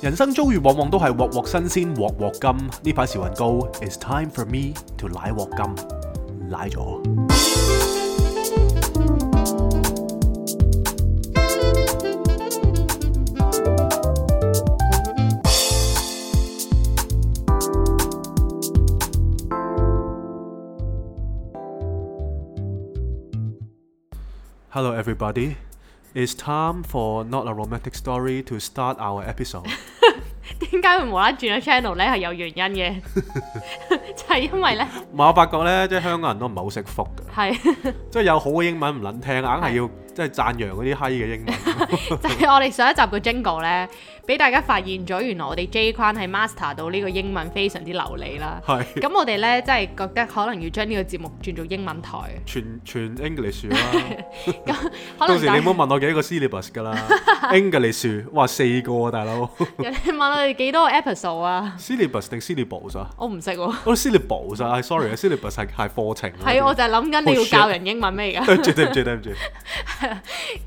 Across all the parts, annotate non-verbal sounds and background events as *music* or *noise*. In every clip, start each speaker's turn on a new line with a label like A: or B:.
A: 人生遭遇往往都係鑊鑊新鮮，鑊鑊甘。呢排時運高，It's time for me to 舐鑊甘，舐咗。Hello everybody, it's time for not a romantic story to start our episode。
B: 點解會無啦啦轉咗 channel 咧？係有原因嘅， *laughs* 就係 *laughs* 因為咧
A: 我發覺呢，即係香港人都唔係好識福嘅，
B: 係
A: 即係有好嘅英文唔撚聽，硬係要即係讚揚嗰啲閪嘅
B: *laughs*
A: 英文。
B: 就係我哋上一集嘅 Jingle 咧，俾大家發現咗原來我哋 J 框係 master 到呢個英文非常之流利啦。
A: 係
B: 咁我哋咧真係覺得可能要將呢個節目轉做英文台，
A: 全全 English 啦，*laughs*
B: 可
A: 到
B: 能
A: 時
B: 大
A: 你
B: 家
A: 唔好問我幾多個 syllabus 㗎
B: *laughs*
A: 啦，English 哇四個啊大佬 *laughs*
B: 人哋問我哋幾多個 episode 啊？
A: ，syllabus 定 syllables 啊？
B: 我唔識喎，
A: 我 syllables
B: *laughs*
A: 啊唉，sorry 啊，syllabus 係係課程啊。
B: 係我就係諗緊你要
A: Oh shit
B: 教人英文
A: *laughs*
B: 咩而家？
A: 對唔住對唔住對唔住，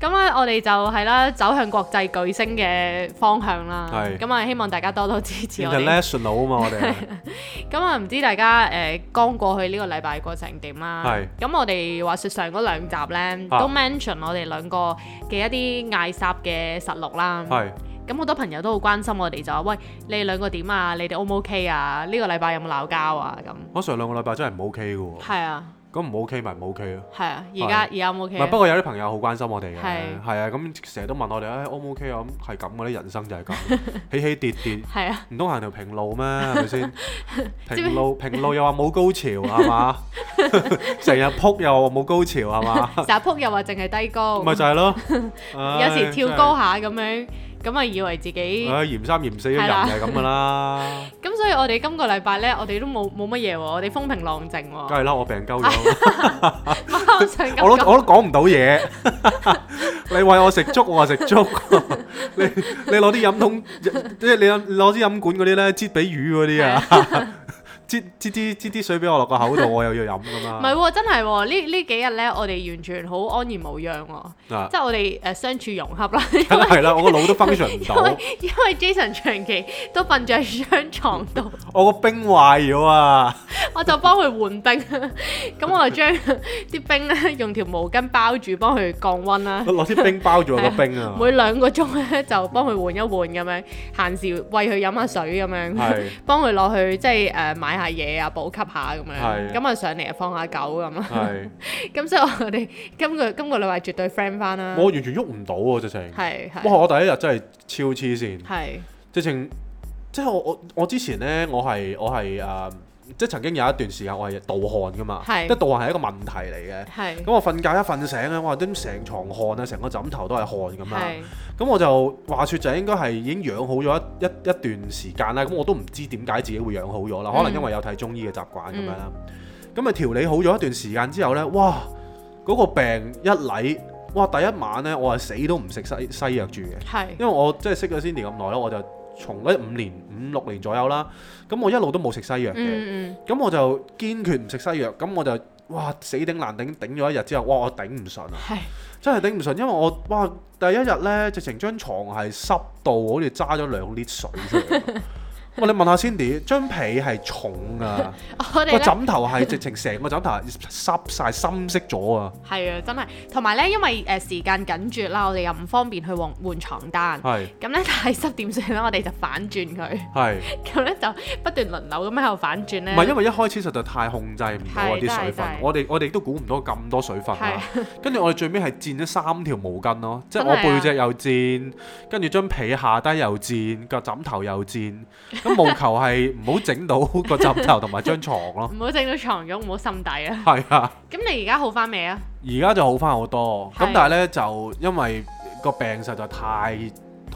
B: 咁咧，我哋就係啦，走向國際巨星嘅方向啦。
A: 係
B: 咁啊，希望大家多多支持我哋。
A: international 啊嘛我哋
B: *laughs*
A: 係。
B: 咁啊，唔知大家誒、呃剛過去呢個禮拜過成點啦？
A: 係
B: 咁我哋話説上嗰兩集呢，
A: 啊
B: 都 mention 我哋兩個嘅一啲嗌霎嘅實錄啦。
A: 係
B: 咁好多朋友都好關心我哋，就話：喂，你哋兩個點啊？你哋 O 唔 OK 啊？呢、個禮拜有冇鬧交啊？咁
A: 我上兩個禮拜真係唔 OK 嘅喎。
B: 係啊，
A: 咁唔 OK 咪唔 OK 咯。
B: 係啊，而家而家 O 唔
A: 唔
B: OK
A: 係，
B: 啊
A: 不？過有啲朋友好關心我哋嘅，
B: 係
A: 係啊，咁成日都問我哋，誒 O 唔 OK 啊？咁係咁嘅咧，人生就係
B: *laughs*
A: 咁，起起跌跌，
B: 係
A: *laughs*
B: 啊，
A: 唔通行條平路咩？係咪
B: *laughs*
A: 先？
B: 知唔
A: 平
B: 知
A: 路平路又話冇高潮係
B: *laughs*
A: 嘛？成日撲又話冇高潮係嘛？
B: 成日撲又話淨係低高，
A: 咪就係咯，
B: *laughs* 有
A: 有
B: 時跳高下咁樣，咁啊以為自己
A: 唉，嫌三嫌四嘅
B: 係
A: 人
B: 啦
A: 就係咁噶啦，
B: 咁，所以我哋今個禮拜呢，我哋都冇冇乜嘢喎，我哋風平浪靜喎
A: 梗。係啦，我病鳩咗。
B: *laughs* 我想
A: *laughs*
B: 咁
A: 我都
B: 講
A: 我都講唔到
B: *laughs*
A: 嘢。你餵我食粥，我話食粥。你你攞啲飲筒，即係你攞攞支飲管嗰啲咧，擠俾魚嗰啲
B: *laughs*
A: 啊，擠擠啲擠啲水俾我落個口度，我又要飲噶
B: 唔
A: 嘛
B: 係。喎，真係喎，呢呢幾日咧，我哋完全好安然無恙喎，
A: 嗱，
B: 即係我哋誒相處融
A: *laughs*
B: 洽啦。
A: 梗啊係啦，我個腦都 function 唔
B: 因為
A: 到，
B: 因為 Jason 長期都瞓住喺張床
A: *laughs*
B: 度，
A: 我個冰壞咗啊！
B: *laughs* 我就幫佢換冰，咁我就將啲冰咧用條毛巾包住，幫佢降温啦。
A: 攞啲冰包住我個冰啊！
B: 每兩個鐘咧就幫佢換一換咁樣，閒時餵佢飲下水咁樣，
A: 係
B: *laughs* 幫佢落去即係誒買下嘢啊，補給下咁樣，
A: 係
B: 咁啊上嚟啊放下狗咁啊。
A: 係，
B: 咁所以我哋今個今個禮拜絕對 friend 翻啦。
A: 我完全喐唔到喎，直情。
B: 係係
A: 哇！我第一日真係超黐線。
B: 係
A: 直情即係我我我之前咧，我係我係誒、呃即係曾經有一段時間我係盜汗噶嘛，
B: 係
A: 即係盜汗係一個問題嚟嘅。
B: 係
A: 咁我瞓覺一瞓醒咧，啊哇！啲成床汗啊，成個枕頭都係汗咁啊啦。
B: 係
A: 咁我就話説就應該係已經養好咗一一一段時間啦。咁我都唔知點解自己會養好
B: 嗯
A: 咗啦，可能因為有睇中醫嘅習慣咁樣啦。咁咪、調理好咗一段時間之後咧，哇！嗰、個病一嚟，哇！第一晚咧，我係死都唔食西西藥住嘅。
B: 係
A: 因為我即係識咗 Cindy 咁耐啦，我就從一五年五六年左右啦，咁我一路都冇食西藥嘅，
B: 嗯
A: 咁、我就堅決唔食西藥，咁我就哇死頂難頂頂咗一日之後，哇我頂唔順
B: 嗯
A: 啊，
B: 係 *laughs*
A: 真係頂唔順，因為我哇第一日呢，直情張床係濕到好似揸咗兩 lit 水出嚟。哇！你問下 Cindy，張被係重啊，
B: 我哋
A: 個
B: 咧
A: 枕頭係直情成個枕頭係濕晒、深色咗啊，
B: 係啊，真係同埋咧，因為誒時間緊絀啦，我哋又唔方便去換換床單。
A: 係
B: 咁 *laughs* 咧，但係濕點算咧？我哋就反轉佢， *laughs*
A: 係。
B: 咁咧就不斷輪流咁喺度反轉咧。
A: 唔係因為一開始實在太控制唔到啊
B: 嗯係真
A: 啲
B: 係
A: 水分
B: 真係，
A: 我哋我哋都估唔到咁多水分啦。跟住我哋最尾係攢咗三條毛巾咯，即係
B: 真係
A: 我
B: 啊
A: 背脊又攢，跟住張被下低又攢，個枕頭又攢。咁務求係唔好整到 *laughs* 個枕頭同埋張床
B: *laughs*
A: 咯。
B: 唔好整到床褥，唔好滲底啊！
A: 係啊，
B: 咁你而家好翻未啊？
A: 而家就好翻好多。咁
B: 係
A: 但係呢，就因為個病實在太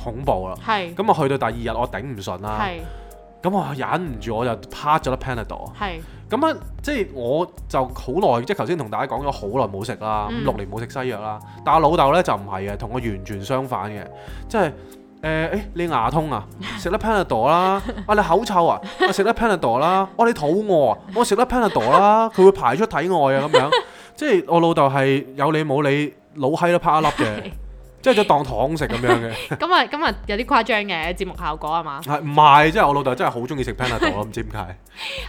A: 恐怖啦。
B: 係
A: 咁啊啊，去到第二日我頂唔順啦，
B: 係
A: 咁我忍唔住我就趴咗粒 Panadol 啊。
B: 係
A: 咁啊，即係我就好耐，即係頭先同大家講咗好耐冇食啦，咁
B: 嗯
A: 六年冇食西藥啦。但係我老豆咧就唔係嘅，同我完全相反嘅，即係誒誒你牙痛啊，食粒 Panadol 啦，啊你口臭啊，我食粒 Panadol 啦，我、你肚餓啊，我食粒 Panadol 啦，佢會排出體外啊咁樣。即係我老豆係有理冇理，老閪都拍一粒嘅。即係就當糖食咁樣嘅。
B: 咁啊，今日有啲誇張嘅節目效果係嘛？
A: 係唔係？即係我老豆真係好中意食 Panadol 咯，唔知點解。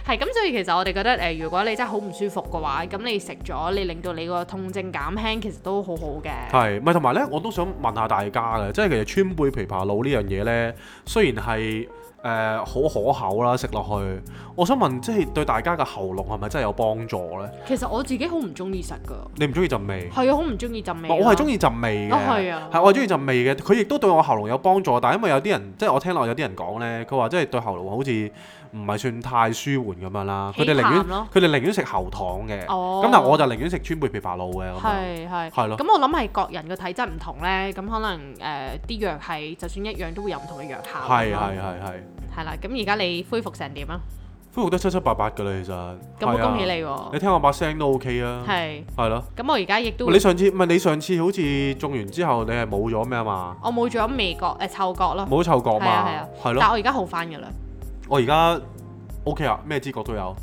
B: 係咁，所以其實我哋覺得誒、呃如果你真係好唔舒服嘅話，咁你食咗，你令到你個痛症減輕，其實都好好嘅。
A: 係，唔係同埋咧，我都想問下大家嘅，即係其實川貝枇杷露呢樣嘢咧，雖然係誒好可口啦，食落去，我想問，即係對大家嘅喉嚨係咪真係有幫助咧？
B: 其實我自己好唔中意食噶，
A: 你唔中意陣味？
B: 係啊，好唔中意陣味
A: 唔係
B: 咯。
A: 哦我係中意陣味嘅，
B: 哦係啊
A: 我係中意陣味嘅。佢亦都對我喉嚨有幫助，但係因為有啲人，即係我聽落有啲人講咧，佢話即係對喉嚨好似唔係算太舒緩咁樣啦。佢哋寧願
B: 稀淡咯
A: 佢哋寧願食喉糖嘅，咁、
B: 哦
A: 但係我就寧願食川貝枇杷露嘅咁樣。
B: 係係
A: 係咯
B: 咁啊我諗係各人嘅體質唔同咧，咁可能誒啲、藥係就算一樣都會有唔同嘅藥效。
A: 係係係係，
B: 係啦，咁而家你恢復成點啊？
A: 恢復得七七八八㗎啦，其實。
B: 咁好
A: 係啊
B: 恭喜你喎！
A: *laughs* 你聽我把聲都 OK 啊，
B: 係，
A: 係咯。
B: 咁我而家亦都
A: 你上次唔係你上次好似中完之後，你係冇咗咩啊嘛？
B: 我冇咗味覺誒、呃、嗅覺咯，
A: 冇咗嗅覺
B: 係啊係
A: 嘛
B: 啊？
A: 係
B: 但
A: 咯，
B: 我而家好翻㗎啦。
A: 我而家 OK 啊，咩知覺都有。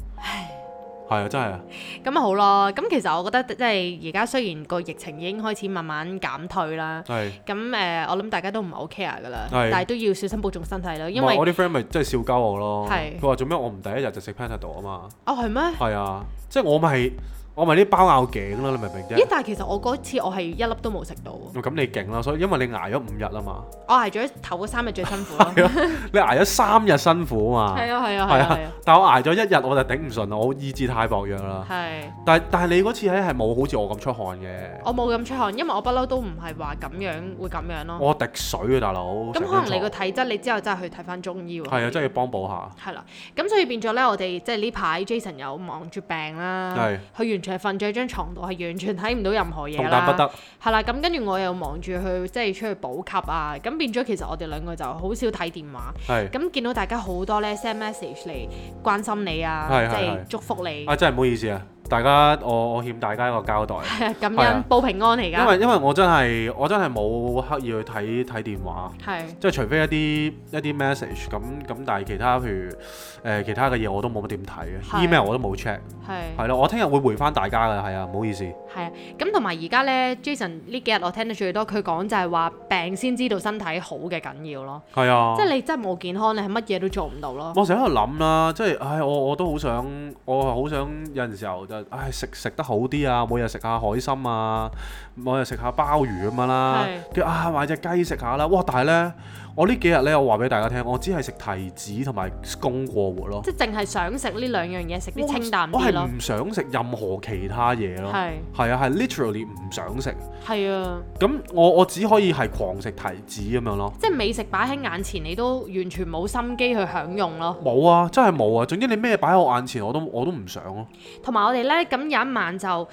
A: 係啊，真係啊。
B: 咁咪好咯，咁其實我覺得即係而家雖然個疫情已經開始慢慢減退啦，
A: 係。
B: 咁誒、呃我諗大家都唔係好 care 㗎啦，
A: 係
B: 但係都要小心保重身體啦，因
A: 唔係
B: 為
A: 我啲 friend 咪真係笑鳩我咯，
B: 係
A: 佢話做咩我唔第一日就食 Panadol 啊嘛，
B: 哦係咩？
A: 係啊，即係我咪我咪啲包拗頸啦，你明唔明
B: 咦
A: 啫？！
B: 但係其實我嗰次我係一粒都冇食到喎，
A: 咁你勁啦，所以因為你捱咗五日啊嘛，
B: 我捱咗頭嗰三日最辛苦
A: *laughs*
B: 咯。
A: 你捱咗三日辛苦啊嘛，
B: 係啊係啊
A: 啊係
B: 係
A: 啊
B: 啊係啊
A: 但我捱咗一日我就頂唔順啦，我意志太薄弱啦。
B: 係，
A: 但係但係你嗰次咧係冇好似我咁出汗嘅，
B: 我冇咁出汗，因為我不嬲都唔係話咁樣會咁樣咯。
A: 我滴水啊大佬。
B: 哦咁
A: 成
B: 可能
A: 張
B: 你個
A: 牀
B: 體質，你之後真係去睇翻中醫喎。
A: 係啊，真係要幫補下。
B: 係啦，咁所以變咗咧，我哋即係呢排 Jason 有忙住病啦
A: 係，
B: 佢完全係瞓咗喺張床度，係完全睇唔到任何嘢
A: 動彈
B: 啦。
A: 不得，
B: 係啦，咁跟住我又忙住去即係出去補給啊，咁變咗其實我哋兩個就好少睇電話。
A: 係
B: 咁見到大家好多咧 send message 嚟關心你啊，
A: 係係
B: 即係
A: 係
B: 祝福你，
A: 啊，真係唔好意思啊，大家我我欠大家一個交代。
B: *laughs* 咁
A: 係啊
B: 樣報平安嚟
A: 因
B: 㗎。
A: 為因為我真係我真係冇刻意去睇睇電話，
B: 係
A: 即係除非一啲一啲 message 咁咁，但係其他譬如誒、呃其他嘅嘢我都冇乜點睇嘅
B: 係
A: ，email 我都冇 check，
B: 係。
A: 係咯，我聽日會回翻大家嘅，係啊，唔好意思，
B: 係啊，咁同埋而家咧，Jason 呢幾日我聽得最多，佢講就係話病先知道身體好嘅緊要咯，
A: 係啊
B: 即，係你真係冇健康，你係乜嘢都做唔到咯。
A: 我成日喺度諗啦，即係唉，我我都好想，我好想有陣時候就唉食食得好啲啊，每日食下海參啊，每日食下鮑魚咁樣啦
B: 係，
A: 跟住啊買只雞食下啦，哇！但係呢，我呢幾日呢，我話俾大家聽，我只係食提子同埋公過活咯。
B: 即係淨係想食呢兩樣嘢，食啲
A: 我
B: 清淡
A: 我
B: 啲
A: 係
B: 咯。
A: 唔想食任何其他嘢咯。
B: 係
A: 係啊，係 literally 唔想食。
B: 係啊，
A: 咁我我只可以係狂食提子咁樣咯。
B: 即係美食擺喺眼前，你都完全冇心機去享用咯。
A: 冇啊，真係冇啊。總之你咩擺喺我眼前，我都我都唔想咯。
B: 同埋我哋咧，咁有一晚就誒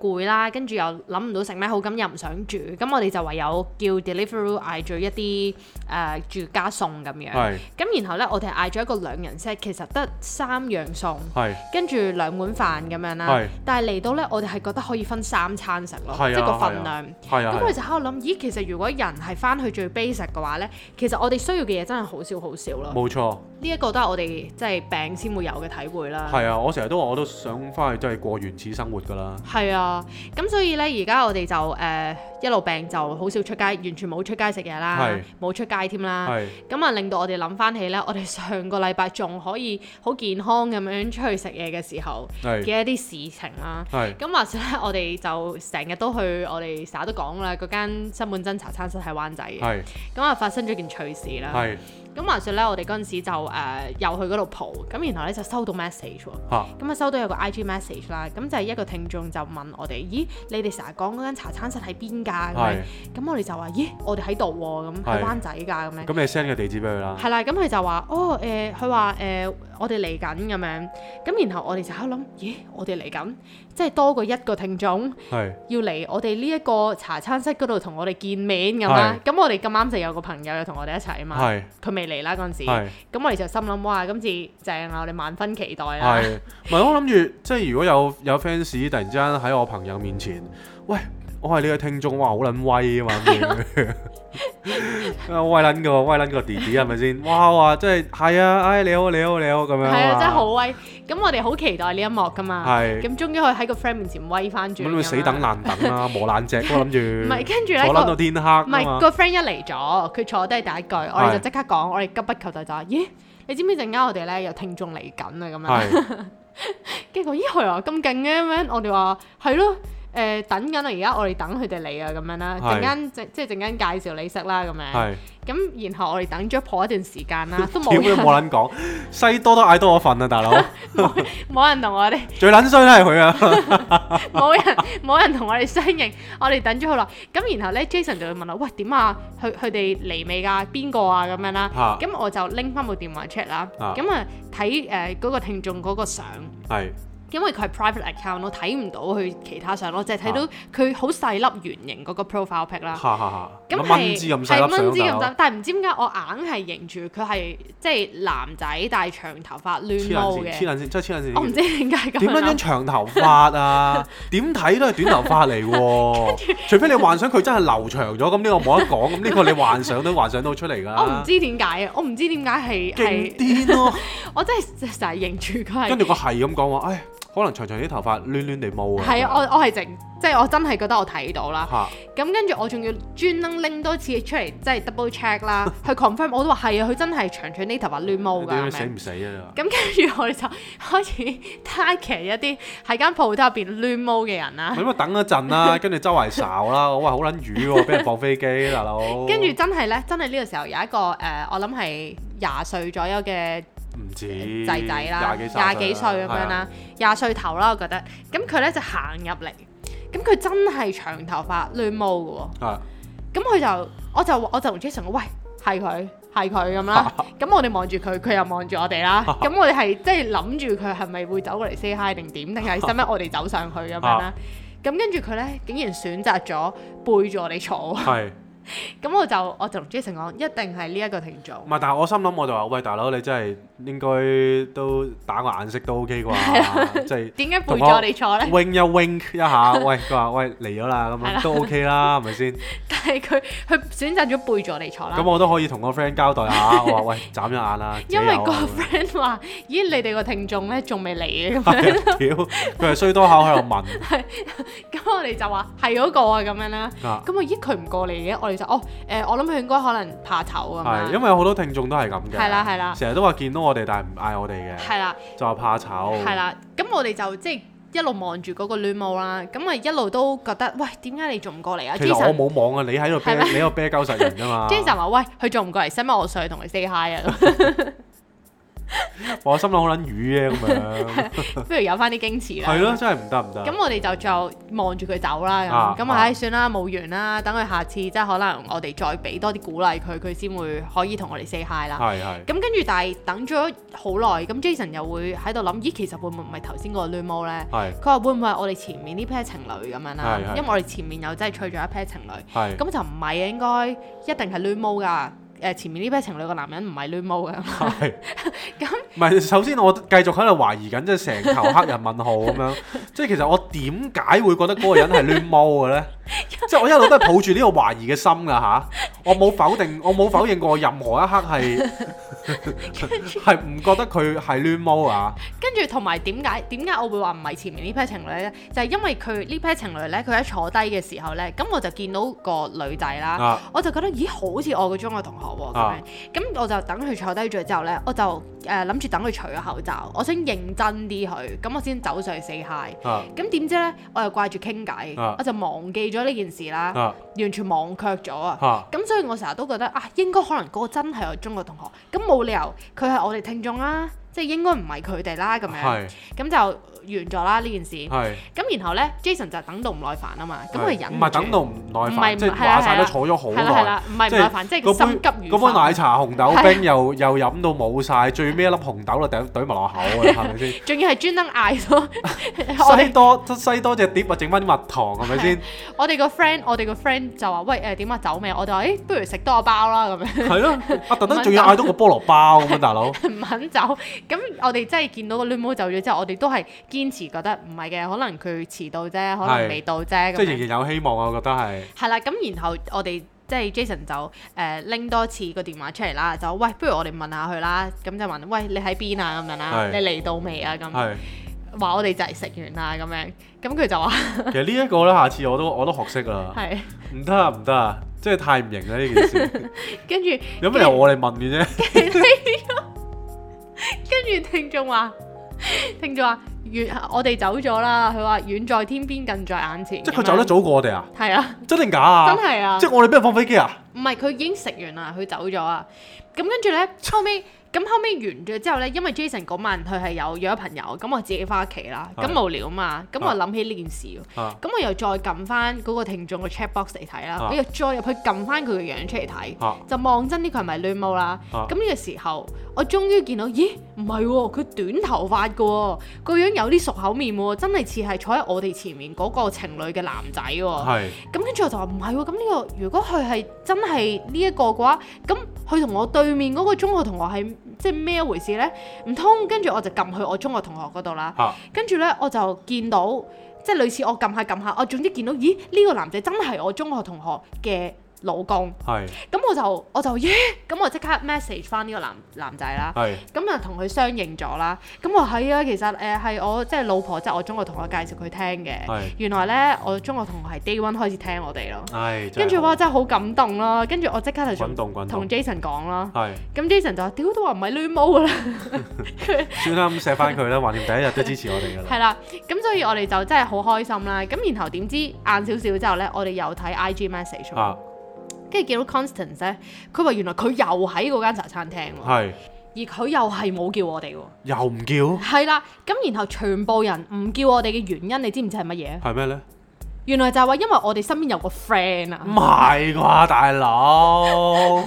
B: 攰啦，跟住又諗唔到食咩好，咁又唔想煮，咁我哋就唯有叫 delivery 嗌咗一啲誒、呃住家餸咁樣。
A: 係
B: 咁然後咧，我哋嗌咗一個兩人 set，其實得三樣餸。
A: 係
B: 跟住兩碗飯咁樣
A: 係
B: 啦，但係嚟到呢，我哋係覺得可以分三餐食咯，
A: 係啊
B: 即係個
A: 係啊
B: 份量。
A: 係啊
B: 咁
A: 係
B: 我
A: 啊。
B: 就喺度諗，咦，其實如果人係翻去最 basic 嘅話呢，其實我哋需要嘅嘢真係好少好少咯。
A: 冇錯，
B: 呢一個都係我哋即係病先會有嘅體會啦。
A: 係啊！我成日都話我都想翻去真係過原始生活㗎啦。
B: 係啊，咁所以呢，而家我哋就誒、呃一路病就好少出街，完全冇出街食嘢啦
A: 係，
B: 冇出街添啦。
A: 係
B: 咁啊，令到我哋諗翻起呢，我哋上個禮拜仲可以好健康咁樣出去食嘢嘅時候
A: 係
B: 嘅一啲事情啦。
A: 係
B: 咁話說咧，我哋就成日都去，我哋成日都講啦，嗰間新滿真茶餐室喺灣仔嘅。
A: 係
B: 咁啊，發生咗件趣事啦。
A: 係
B: 咁話說咧，我哋嗰陣時就誒、呃又去嗰度蒲，咁然後咧就收到 message 喎。
A: 嚇
B: 咁啊，收到有個 IG message 啦，咁就係一個聽眾就問我哋：咦，你哋成日講嗰間茶餐室喺邊㗎？咁樣
A: 係。
B: 咁我哋就話：咦，我哋喺度喎，咁喺
A: 係
B: 灣仔㗎，咁樣。
A: 咁你 send 個地址俾佢啦。
B: 係啦，咁佢就話：哦，誒、佢話誒，我哋嚟緊咁樣，咁然後我哋就喺度諗，咦，我哋嚟緊，即係多過一個聽眾
A: 係
B: 要嚟我哋呢一個茶餐室嗰度同我哋見面咁啦。咁我哋咁啱就有個朋友又同我哋一齊啊嘛，
A: 係
B: 佢未嚟啦嗰陣時，咁
A: 係。
B: 我哋就心諗哇，今次正啊啦，我哋萬分期待啊啦。
A: 係，唔係我諗住，即係如果有有 fans 突然之間喺我朋友面前，喂，我我係你嘅聽眾，哇，好撚威啊嘛，咁樣 *laughs* 啊威撚個威撚個弟弟係咪
B: *laughs*
A: 先？哇哇，真係係啊，唉你好你好你好咁樣嘛，
B: 係啊，真係好威！咁我哋好期待呢一幕噶嘛。
A: 係
B: 咁終於可以喺個 friend 面前威翻轉。
A: 咁你死等爛等啦，磨爛隻我諗住，
B: 唔
A: 唔
B: 係跟住咧
A: 坐
B: 個
A: 撚到天黑啊
B: 唔係
A: 嘛
B: 個 friend 一嚟咗，佢坐低第一句，我哋就
A: 係
B: 即刻講，我哋急不及待就話：咦，你知唔知陣間我哋咧有聽眾嚟緊啊？咁樣，
A: 係
B: *laughs* 跟住佢話咦係啊咁勁嘅咁樣，我哋話係咯。誒、等緊啊！而家我哋等佢哋嚟啊，咁樣啦，
A: 係
B: 陣間即即係陣間介紹你識啦，咁樣。
A: 係。
B: 咁然後我哋等咗頗一段時間
A: *laughs*
B: 啦，都冇
A: 屌你
B: 人
A: 冇撚講，西多都嗌多我份啊，大
B: *laughs*
A: 佬！
B: 冇人同我哋
A: 最撚衰都係
B: *laughs*
A: 佢啊，
B: 冇人 *laughs* 冇人同我哋相認，我哋等咗好耐。咁然後咧，Jason 就會問我：喂點啊？佢佢哋嚟未㗎？邊個啊？咁樣啦
A: 啊。
B: 咁我就拎翻部電話 check 啦。
A: 啊
B: 咁啊睇誒嗰個聽眾嗰個相，
A: 係
B: 因為佢係 private account，我睇唔到佢其他相，我淨
A: 啊
B: 係睇到佢好細粒圓形嗰個 profile pic 啦。
A: 哈哈哈，
B: 啊咁
A: 咁啊蚊枝
B: 係
A: 咁細
B: 係
A: 粒
B: 蚊枝
A: 相啊
B: 咁
A: 大佬
B: 細，，但係唔知點解我硬係認住佢係即係男仔，但係長頭髮亂
A: 黐
B: 毛
A: 撚線，黐
B: 嘅。
A: 撚線，真係黐撚
B: 我唔
A: 線。
B: 知點解咁
A: 點
B: 樣
A: 樣
B: 啦
A: 樣。長頭髮
B: *laughs*
A: 啊？點睇都係短頭髮嚟喎， *laughs* 除非你幻想佢真係留長咗，咁呢個冇得講，咁
B: *laughs*
A: 呢個你幻想都幻想到出嚟㗎。
B: 我唔，知點解啊！我唔知點解係係
A: 勁癲咯！
B: 我真係 *laughs* 成日認住佢
A: 跟
B: 係，
A: 住個係咁講話，唉，可能長長啲頭髮，攣攣地毛啊。
B: 係啊，我我係直，即係我真係覺得我睇到啦。
A: 嚇
B: 咁跟住我仲要專登拎多次出嚟，即係 double
A: *laughs*
B: check 啦，去 confirm 我都話係啊，佢真係長長啲頭髮亂毛
A: 你點樣
B: 㗎。咁
A: 死
B: 樣
A: 唔死啊？
B: 咁跟住我哋就開始 *laughs* target 一啲喺間鋪頭入邊亂毛嘅人啦
A: 咪，咁啊等一陣
B: *laughs*
A: 啦，跟住周圍睄啦，喂好撚魚喎，俾人放飛機大佬。
B: 跟住真係咧，真係呢個時候有一個誒、呃我諗係廿歲左右嘅
A: 唔止
B: 仔仔啦，
A: 廿幾
B: 廿幾歲咁樣，
A: 啊
B: 啦，廿歲頭啦，我覺得。咁佢咧就行入嚟，咁佢真係長頭髮亂毛嘅
A: 係啊
B: 喎。咁佢就我就我就同 Jason 講：喂，係佢，係佢咁啦。咁我哋望住佢，佢又望住我哋啦。咁我哋係即係諗住佢係咪會走過嚟 say hi 定點，定係使唔使我哋走上去咁樣啦？咁跟住佢咧，竟然選擇咗背住我哋坐， *laughs*
A: 係
B: 咁我就我就同 Jason 講，一定係呢一個聽眾
A: 唔。係？但係我心諗我就話：喂，大佬你真係應該都打個眼色都 OK 啩，即係
B: 點解背住我哋坐咧？
A: wink 一 wink 一
B: *laughs*
A: 下。喂，佢話：喂嚟咗啦，咁
B: 係啦
A: 樣都 OK 啦，係咪
B: *laughs*
A: 先？
B: 但係佢佢選擇咗背住我哋坐啦
A: 咁。我都可以同個 friend 交代下，我話：喂，眨一眼啦，
B: *laughs* 因為個
A: 個
B: friend 話：咦，你哋個聽眾咧仲未嚟啊嘅，咁
A: *laughs* 屌，佢係衰多口喺度問
B: 咁我哋就話係嗰個啊咁樣啦。 *laughs*
A: 啊。
B: 咁我咦佢唔過嚟嘅，我哋就哦誒、我諗佢應該可能怕醜咁
A: 係，
B: 樣。
A: 因為好多聽眾都係咁嘅，
B: 係啦係啦
A: 成日都話見到我哋，但係唔嗌我哋嘅，
B: 係啦，
A: 就話怕醜，
B: 係，啦。咁我哋就即係一路望住嗰個亂舞啦。咁啊一路都覺得喂，點解你仲唔過嚟啊
A: 其實我
B: ？Jason
A: 冇啊網啊，你喺度啤
B: 係咩
A: 你喺度啤鳩實人㗎嘛。
B: Jason 話：喂，佢仲唔過嚟，使唔使我上去同佢 say
A: *laughs*
B: hi 啊？
A: 我心諗好撚魚嘅咁
B: *laughs*
A: 樣。
B: 不如有翻啲矜持啦。
A: 係啊咯，真係唔得唔得。
B: 啊咁我哋就就望住佢走啦，
A: 啊
B: 咁咁啊
A: 啊
B: 唉算啦，冇緣啦，等佢下次即係可能我哋再俾多啲鼓勵佢，佢先會可以同我哋 say hi 啦。
A: 係係
B: 咁跟住但係等咗好耐，咁 Jason 又會喺度諗，咦其實會唔會唔係頭先嗰個攣毛呢？
A: 係
B: 佢話會唔會係我哋前面呢 pair 情侶咁樣啦
A: 係？係
B: 因為我哋前面又真係吹咗一 pair 情侶，
A: 係。
B: 咁就唔係啊，應該一定係攣毛㗎。誒前面呢 pair 情侶個男人唔係攣毛㗎， *laughs*
A: 係
B: 咁
A: 唔係？首先我繼續喺度懷疑緊，即係成頭黑人問號咁樣。 *laughs* 即係其實我點解會覺得嗰個人係亂毛嘅
B: *laughs*
A: 咧？即係我一路都係抱住呢個懷疑嘅心㗎吓，我冇否定，我冇否認過任何一刻係
B: *laughs*
A: 係 *laughs* 唔覺得佢係亂毛啊。
B: 跟住同埋點解點解我會話唔係前面呢 pair 情侶呢？就係、因為佢呢 pair 情侶呢，佢喺坐低嘅時候呢，咁我就見到個女仔啦，
A: 啊
B: 我就覺得咦好似我個中學同學喎咁、
A: 啊
B: 樣，咁我就等佢坐低咗之後呢，我就誒諗住等佢除咗口罩，我想認真啲佢，咁我先走上去 say hi。
A: 啊
B: 咁點知呢？我又掛住傾偈，
A: 啊
B: 我就忘記咗呢件事啦，
A: 啊
B: 完全忘卻咗啊！
A: 啊！
B: 咁所以我成日都覺得啊，應該可能嗰個真係我中國同學，咁冇理由佢係我哋聽眾啦，即係應該唔係佢哋啦咁樣，
A: 係
B: 咁就完咗啦呢件事。
A: 係。
B: 咁然後呢 Jason 就等到唔耐煩啊嘛，咁佢忍
A: 唔係
B: 住
A: 等到唔耐
B: 唔係
A: 煩，
B: 唔
A: 即係
B: 係
A: 話
B: 啦
A: 晒都
B: 係啦
A: 坐咗好
B: 係啦係
A: 耐。
B: 啦，唔係唔
A: 即係
B: 耐煩，即係
A: 嗰
B: 心
A: 杯
B: 急如
A: 嗰杯
B: 焚
A: 奶茶紅豆冰又又飲到冇晒，最尾一粒紅豆就掉懟埋落口
B: *laughs*
A: 啊，係咪先？
B: 仲要係專登嗌咗
A: *laughs*
B: 我
A: 西
B: 哋
A: 多西多隻碟啊，整翻啲蜜糖係咪
B: *laughs*
A: 先？
B: 我哋個 friend，我哋個 friend 就話喂誒點啊走咩？我哋話誒不如食多個包啦咁樣， *laughs*
A: 係咯，啊特登仲要嗌多個菠蘿包咁啊，大佬
B: 唔肯走。咁我哋真係見到個攣毛走咗之後，我哋都係堅持覺得唔係嘅，可能佢遲到啫，可能
A: 係
B: 未到啫。咁
A: 即係
B: 樣
A: 仍然有希望啊！我覺得係
B: 係啦，咁然後我哋即係 Jason 就誒拎、多次個電話出嚟啦，就喂，不如我哋問下佢啦，咁就問喂你喺邊啊咁樣啦，你
A: 係
B: 嚟到未啊咁，
A: 係。
B: 話我哋就係食完啦咁樣，咁佢就話
A: 其實呢一個咧，下次我都我都學識啦。
B: 係，
A: 唔得啊，唔得啊！即係太唔型啦呢件
B: *laughs*
A: 事。
B: 跟住
A: 有咩由我嚟問嘅啫？
B: 跟住聽眾話，聽眾話遠我哋走咗啦，佢話遠在天邊近在眼前，
A: 即係佢走得
B: 咗，
A: 早過我哋啊？
B: 係啊，
A: 真定假啊？
B: 真係啊
A: 即係我哋俾人放飛機啊？
B: 唔係佢已經食完啦，佢走咗啊，咁跟住咧後尾。咁後尾完咗之後咧，因為 Jason 嗰晚佢係有約咗朋友，咁我自己翻屋企啦，咁
A: 係
B: 無聊啊嘛，咁我諗起呢件事喎
A: 啊
B: 咁我又再撳翻嗰個聽眾個 chat box 嚟睇啦，
A: 啊
B: 我又再入去撳翻佢個樣出嚟睇，
A: 啊
B: 就望真啲佢係咪攣毛啦。
A: 啊
B: 咁呢、個時候，我終於見到，咦，唔係喎，佢短頭髮嘅喎、個樣有啲熟口面喎、真係似係坐喺我哋前面嗰個情侶嘅男仔喎、
A: 係
B: 咁跟住我就話唔係喎，咁呢、個如果佢係真係呢一個嘅話，咁佢同我對面嗰個中學同學係即係咩回事呢？唔通跟住我就撳去我中學同學嗰度啦。
A: 啊
B: 跟住呢，我就見到即係類似我撳下撳下，我總之見到咦呢、個男仔真係我中學同學嘅老公，
A: 係
B: 咁我就我就耶，咁我即刻 message 翻呢個男男仔啦。
A: 係
B: 咁啊，同佢相認咗啦。咁我話係啊，其實誒係、我即係老婆，即係我中學同學介紹佢聽嘅
A: 係。
B: 原來呢，我中學同學係 day one 開始聽我哋咯。
A: 係。
B: 跟住哇，真係好感動咯。跟住我即刻就
A: 滾動滾動
B: 同 Jason 講啦。
A: 係
B: 咁 Jason 就話：屌都話唔係攣毛㗎啦。
A: *laughs* 算啦，咁錫翻佢啦，橫掂第一日都支持我哋㗎啦。
B: 係啦，咁所以我哋就真係好開心啦。咁然後點知晏少少之後呢，我哋又睇 IG message 喎
A: 啊，
B: 跟住見到 Constance 呢，佢話原來佢又喺嗰間茶餐廳喎，
A: 係
B: 而佢又係冇叫我哋喎。
A: 又唔叫
B: 係啦，咁然後全部人唔叫我哋嘅原因，你知唔知係乜嘢？
A: 係咩咧？
B: 原來就係話因為我哋身邊有個 friend
A: 唔
B: 啊，
A: 係啩，大
B: *laughs*
A: 佬？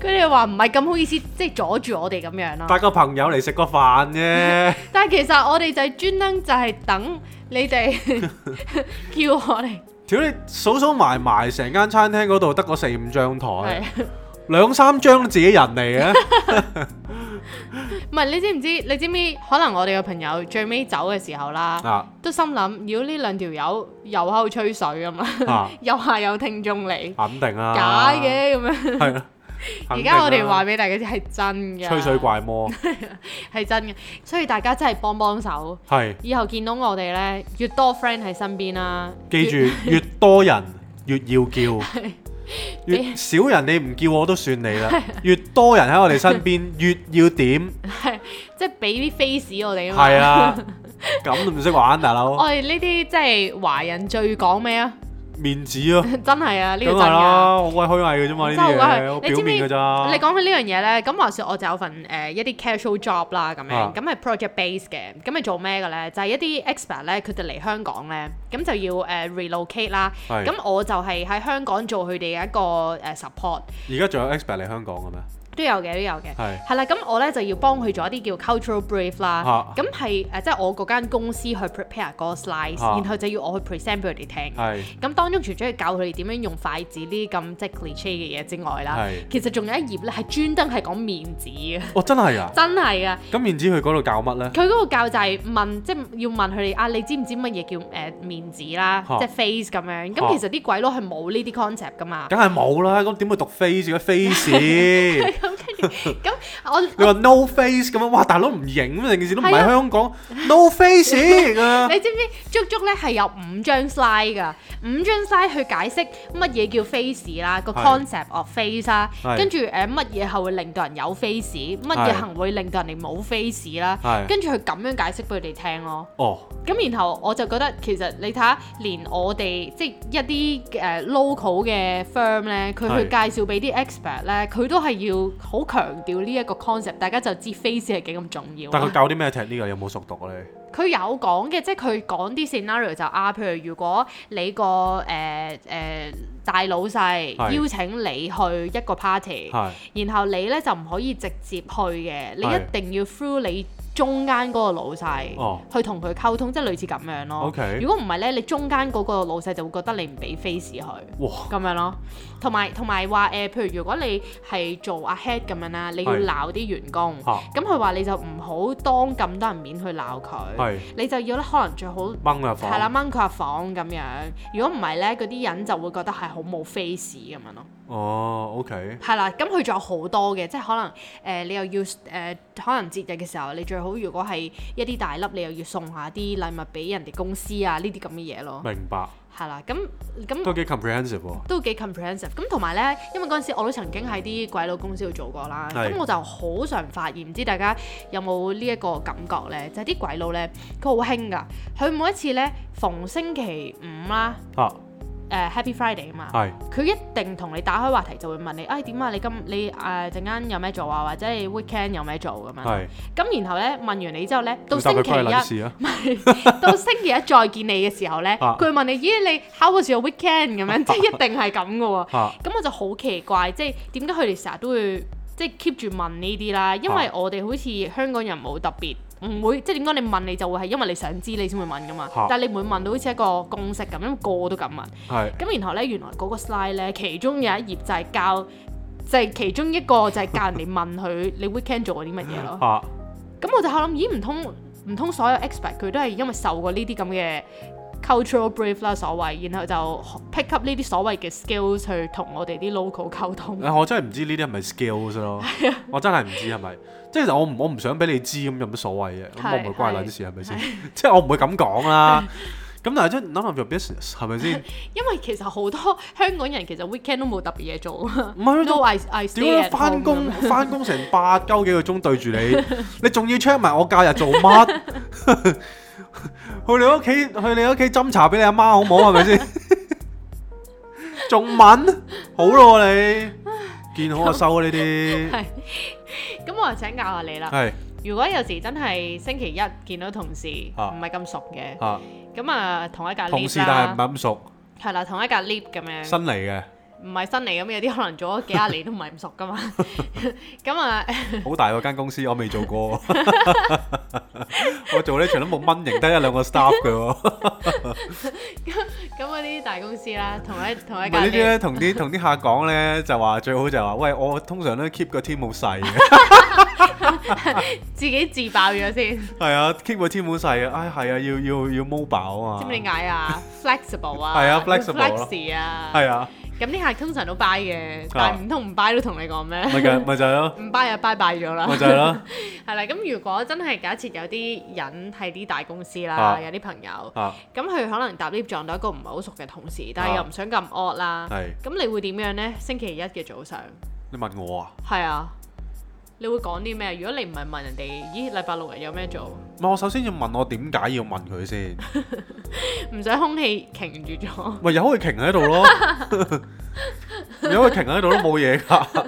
B: 佢哋話唔係咁好意思，即係阻住我哋咁樣啦。
A: 帶個朋友嚟食個飯
B: *laughs*
A: 啫。
B: 但係其實我哋就係專登就係等你哋 *laughs* 叫我哋，
A: 屌你數數埋埋，成間餐廳嗰度得個四五張台，
B: 係
A: 兩三張自己人
B: *laughs*
A: 嚟嘅。
B: 唔係你知唔知？你知唔知？可能我哋嘅朋友最尾走嘅時候啦，
A: 啊
B: 都心諗，妖呢兩條友又喺度吹水咁啊， *laughs*
A: 啊，
B: 又話有聽眾嚟，
A: 肯定啊，
B: 假，嘅咁樣。
A: 係啦。
B: 而家我哋話
A: 肯定
B: 俾大家知係真嘅，
A: 啊吹水怪魔
B: 係真嘅，所以大家真係幫幫手。
A: 係，
B: 以後見到我哋呢，越多 friend 喺身邊啦，
A: 記
B: *laughs* 越
A: 住越多人越要叫，
B: *laughs*
A: 越少人你唔叫我都算你啦。越多人喺我哋身邊
B: *laughs*
A: 越要點，
B: 即係俾啲 face 我哋啊嘛。
A: 係
B: *laughs*
A: 啊，咁都唔識玩大佬
B: 我，哋呢啲即係華人最講咩啊？ *laughs*
A: 面子啊，
B: 真係啊，呢個
A: 梗
B: 真
A: 係
B: 㗎。
A: 啦，好鬼虛偽嘅啫嘛呢
B: 真係好
A: 啲
B: 鬼
A: 嘢，
B: 虛
A: 好
B: 你
A: 表
B: 知唔知
A: 面嘅咋。
B: 你講起呢樣嘢呢，咁話說我就有份誒、呃一啲 casual job 啦，咁
A: 啊
B: 樣咁係 project base 嘅，咁係做咩嘅呢？就係、一啲 expert 呢，佢哋嚟香港呢，咁就要誒、呃 relocate 啦。
A: 係
B: 咁我就係喺香港做佢哋嘅一個誒、呃 support，
A: 而家仲有 expert 嚟香港嘅咩？
B: 都有嘅，都有嘅。
A: 係
B: 係啦，咁我咧就要幫佢做一啲叫 cultural brief 啦
A: 啊，
B: 咁係呃誒即係我嗰間公司去 prepare 嗰個 slides，、
A: 啊
B: 然後就要我去 present 俾佢哋聽。
A: 係
B: 咁當中除咗要教佢哋點樣用筷子呢啲咁即係 cliche 嘅嘢之外啦
A: 係，
B: 其實仲有一頁咧係專登係講面子嘅， *laughs*
A: 哦，真係啊！
B: 真係啊！
A: 咁面子佢嗰度教乜呢？
B: 佢嗰個教就係問，即係要問佢哋啊，你知唔知乜嘢叫誒、呃面子啦，
A: 啊
B: 即係 face 咁樣。咁
A: 啊
B: 其實啲鬼佬係冇呢啲 concept 噶嘛。
A: 梗係冇啦，咁點會讀 face 嘅 face？
B: 咁我
A: 你話 no face 咁樣，哇！大佬唔型咁，成件事都唔
B: 係
A: 係
B: 啊
A: 香港 no face *laughs*
B: *laughs*
A: 啊！
B: 你知唔知足足咧係有五張 slide 㗎？五張 slide 去解釋乜嘢叫 face 啦，個
A: 係
B: concept of face 啦，
A: 係
B: 跟住誒乜嘢係會令到人有 face，乜嘢
A: 係
B: 行會令到人哋冇 face 啦，
A: 係
B: 跟住佢咁樣解釋俾佢哋聽咯。
A: 哦，
B: 咁然後我就覺得其實你睇下，連我哋即係一啲誒、呃 local 嘅 firm 咧，佢去
A: 係
B: 介紹俾啲 expert 咧，佢都係要好強調呢一個 concept，大家就知 face 係幾咁重要啦。
A: 但佢教啲咩 technique 啊？有冇熟讀啊你？
B: 佢有講嘅，即係佢講啲 scenario 就啊，譬如如果你個誒誒大老細
A: 係
B: 邀請你去一個 party，
A: 係
B: 然後你咧就唔可以直接去嘅，你
A: 係
B: 一定要 through 你中間嗰個老細、
A: 哦
B: 去同佢溝通，即係類似咁樣咯。
A: OK
B: 如果唔係咧，你中間嗰個老細就會覺得你唔俾 face 佢。
A: 哇，
B: 咁樣咯，同埋同埋話誒，譬如如果你係做阿 head 咁樣啦，你要
A: 係
B: 鬧啲員工，
A: 嚇
B: 咁佢話你就唔好當咁多人面去鬧佢
A: 係，
B: 你就要咧可能最好
A: 掹入
B: 係啦
A: 房，
B: 掹佢入房咁樣，如果唔係咧，嗰啲人就會覺得係好冇 face 咁樣咯。
A: 哦，OK，
B: 係啦，咁佢仲有好多嘅，即係可能誒、呃你又要誒、呃可能節日嘅時候，你最好如果係一啲大粒，你又要送下啲禮物俾人哋公司啊，呢啲咁嘅嘢咯。
A: 明白，
B: 係啦，咁咁
A: 都幾 comprehensive 喎，
B: 都幾 comprehensive。咁同埋咧，因為嗰陣時我都曾經喺啲鬼佬公司度做過啦，
A: 係
B: 咁我就好常發現，唔知大家有冇呢一個感覺咧？就係、啲鬼佬咧，佢好興㗎，佢每一次咧逢星期五啦，
A: 嚇
B: 誒、Happy Friday 啊嘛。
A: 係
B: 佢一定同你打開話題就會問你，哎點啊？你今你誒陣間有咩做啊？或者你 weekend 有咩做咁樣？
A: 係，
B: 咁然後咧問完你之後咧，啊到
A: 咁答
B: 星
A: 佢
B: 期
A: 關你撚
B: 一，
A: 事啊，
B: *laughs* 到星期一再見你嘅時候咧，
A: 啊
B: 佢會問你，咦你 how was your weekend 咁
A: *laughs*
B: 樣？即係一定係咁嘅喎。
A: 嚇
B: 咁我就好奇怪，即係點解佢哋成日都會即係 keep 住問呢啲啦？因為
A: 啊
B: 我哋好似香港人冇特別，唔會即係點講？你問你就會係因為你想知你先會問噶嘛。
A: 啊
B: 但係你唔會問到好似一個公式咁，因為個個都咁問。
A: 係
B: 咁然後咧，原來嗰個 slide 咧，其中有一頁就係教，就係、其中一個就係教人哋問佢你 weekend 做過啲乜嘢咯。
A: 嚇
B: 咁我就喺度諗，咦唔通唔通所有 expert 佢都係因為受過呢啲咁嘅 cultural brief 啦所謂，然後就 pick up 呢啲所謂嘅 skills 去同我哋啲 local 溝通。 *laughs*
A: 啊我真係唔知呢啲係咪 skills 咯，
B: 啊
A: 我真係唔知係咪，即係我唔我唔想俾你知咁有乜所謂嘅，咁我
B: 係
A: 唔會關你撚事係咪先？即係我唔會咁講
B: *laughs*
A: 啦。咁但係即係 none of your business 係咪先？
B: 因為其實好多香港人其實 weekend 都冇特別
A: *laughs*
B: 嘢做啊。
A: 唔係
B: *laughs* No,
A: 都
B: I I stay
A: 屌
B: at
A: 翻
B: home
A: 工
B: 咁樣
A: 翻工成八鳩幾個鐘對住你，你仲要 check 埋我假日做乜？ *laughs* 去你屋企去你屋企斟茶俾你阿媽好唔好？係咪先？仲問好咯你，見好就收啊呢啲
B: 係。咁我就請教下你啦。
A: 係
B: 如果有時真係星期一見到同事唔
A: 啊
B: 係咁熟嘅，
A: 啊，
B: 咁啊同一架
A: 同事
B: lift
A: 但係唔係
B: 啦，
A: 咁熟，
B: 係啦同一架 lift 咁樣，
A: 新嚟嘅。
B: 唔係新嚟咁，有啲可能做咗幾廿年都唔係咁熟噶嘛。
A: *laughs*
B: 咁啊
A: 好大嗰間公司，我未做過。 *laughs* 我做呢場都冇蚊型，得一兩個 staff 嘅喎。
B: 咁嗰啲大公司啦，同
A: *laughs*
B: 一同
A: 唔
B: 一
A: 係
B: 架
A: 呢啲
B: lift，
A: 咧，同啲同啲客講咧，就話最好就話，喂，我通常都 keep 個 team 好 *laughs* 細嘅，
B: 自己自爆咗先，知
A: 係啊，keep 個 team 好細啊，唉，係啊，要要要 mobile 啊
B: 唔知點
A: 嘛，
B: 解啊？flexible 啊，
A: *laughs* 係啊，flexible 咯
B: flexi 啊，
A: 係啊，
B: 咁啲客通常都 buy 嘅，但係唔通唔 buy 都同你講咩？
A: 咪就咪就係咯，
B: 唔 buy 啊，buy buy 咗啦。
A: 咪就係咯，
B: 係啦，咁如果真係假設有啲人係啲大公司啦，
A: 啊
B: 有啲朋友，
A: 啊，
B: 咁佢可能搭 lift 撞到一個唔係好熟嘅同事，但係
A: 啊
B: 又唔想咁惡啦。
A: 係
B: 咁你會點樣呢？星期一嘅早上，
A: 你問我啊，
B: 係啊，你會講啲咩？如果你唔係問人哋，咦，禮拜六日有咩做？
A: 唔係我首先要問我點解要問佢先，
B: 唔想空氣擎住咗。 *laughs*
A: 咪由佢停喺度 *laughs* 咯，由佢停喺度都冇嘢㗎。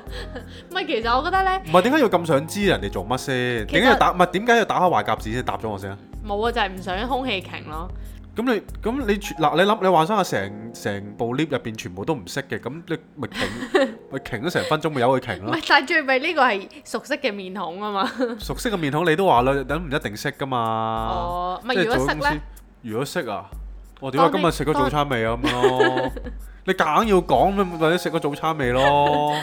B: 唔係，其實我覺得呢，
A: 唔係點解要咁想知人哋做乜先？
B: 其實
A: 點解要打唔係點解要打下壞鴿子先答咗我先啊？
B: 冇啊，就係唔想空氣擎咯。
A: 咁你咁你全嗱你諗你幻想下成成部 lift 入邊全部都唔識嘅，咁你咪
B: *laughs*
A: 停咪停咗成分鐘咪由佢停
B: 唔
A: 咯。
B: 係，但係最尾呢個係熟悉嘅面孔啊嘛。
A: 熟悉嘅面孔你都話啦，等唔一定識噶嘛。
B: 哦，唔
A: 即
B: 係
A: 係
B: 如果
A: 做
B: 識
A: 公司
B: 呢，，
A: 如果識啊，我點解
B: 當你
A: 今日食咗
B: 當
A: 早餐未啊咁樣咯？
B: *laughs*
A: 你夾硬要講咁或者食咗早餐未咯？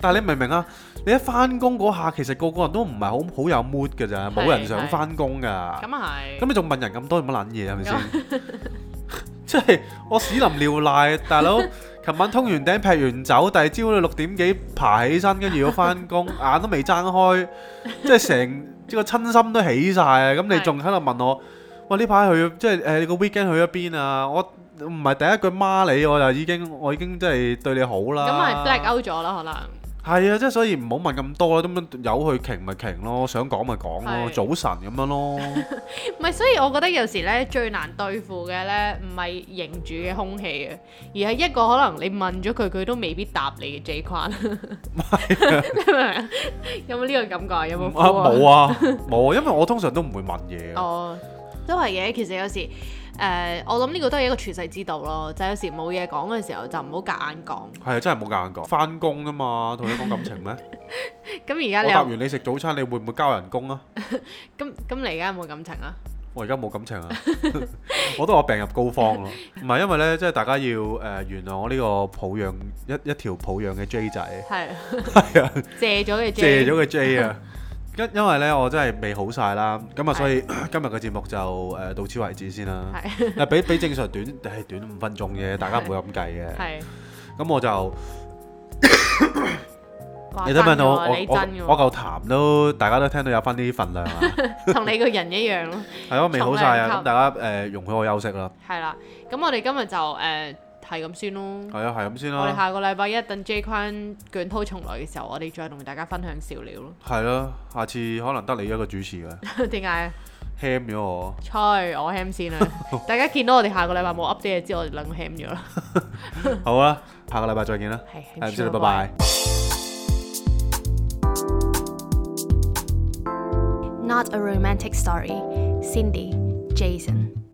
A: 但係你明唔明啊？你一翻工嗰下，其實個個人都唔係好好有 mood 㗎咋，冇人想
B: 係係
A: 翻工㗎。
B: 咁啊係。
A: 咁你仲問人咁多做乜撚嘢係咪 *laughs* 先？即係我屎淋尿賴，大
B: *laughs*
A: 佬，琴晚通完頂劈完酒，第二朝你六點幾爬起身，跟住要
B: *laughs*
A: 翻工，眼都未睜開，即係成即個親心都起晒啊！咁你
B: 係
A: 仲喺度問我，喂呢排去即係誒你個 weekend 去咗邊啊？我唔係第一句孖你，我就已經我已經即係對你好啦。
B: 咁咪 black out 咗啦，可能。
A: 係啊，即係所以唔好問咁多啦，咁樣由佢傾咪傾咯，想講咪講咯，
B: 係
A: 早晨咁樣咯。
B: 唔係，所以我覺得有時咧最難對付嘅咧，唔係凝住嘅空氣嘅，而係一個可能你問咗佢，佢都未必答你嘅 J 框。 *laughs* 你明唔明啊有冇呢個感覺啊？有冇 feel
A: 啊冇啊冇啊，因為我通常都唔會問嘢嘅。
B: 哦，都係嘅。其實有時誒、我諗呢個都係一個處世之道咯，就係有時冇嘢講嘅時候就唔好夾硬講。
A: 係啊，真係冇夾硬講。翻工啊嘛，同你講感情咩？
B: 咁而
A: 我
B: 家你
A: 答
B: 又
A: 完你食早餐，你會唔會交人工啊？ *laughs*
B: 咁咁你而家有冇感情啊？
A: 我而家冇感情啊，我都話病入膏肓咯。唔係因為呢，即係大家要誒、呃原諒我呢個抱養一一條抱養嘅 J 仔，
B: 係
A: 係啊，
B: *laughs* 借咗嘅
A: 借
B: 啫，
A: 咗嘅 J 啊。因因為呢，我真係未好晒啦，咁啊，所以 *coughs* 今日嘅節目就誒、呃到此為止先啦。
B: 係
A: 嗱，比比正常短，係短五分鐘嘅，大家唔會咁計嘅。
B: 係。
A: 咁我就
B: 哇
A: 你睇唔睇到我
B: 真啊㗎喎你真㗎
A: 我
B: 喎
A: 我嚿痰都大家都聽到有翻呢份量
B: *laughs*
A: 啊，
B: 同你個人一樣咯，
A: 係咯，未好晒啊，咁
B: 重量級
A: 大家誒容許我休息啦，
B: 係啦。咁我哋今日就誒係咁先咯。
A: 係啊，係咁先
B: 我哋
A: 啦，
B: 嗯下個禮拜一等 J 框捲土重來嘅時候，我哋再同大家分享笑料咯。
A: 係咯，下次可能得你一個主持嘅
B: *laughs* 點解啊？
A: ，ham 咗我，
B: 吹我 ham
A: *laughs*
B: 先啦。大家見到我哋下個禮拜冇 update 就知我哋兩個 ham 咗啦。
A: 好啦，下個禮拜再見啦，
B: 係
A: 係
B: ham
A: 咁先啦，
B: 先，
A: 拜拜。
C: Not a romantic story. Cindy, Jason.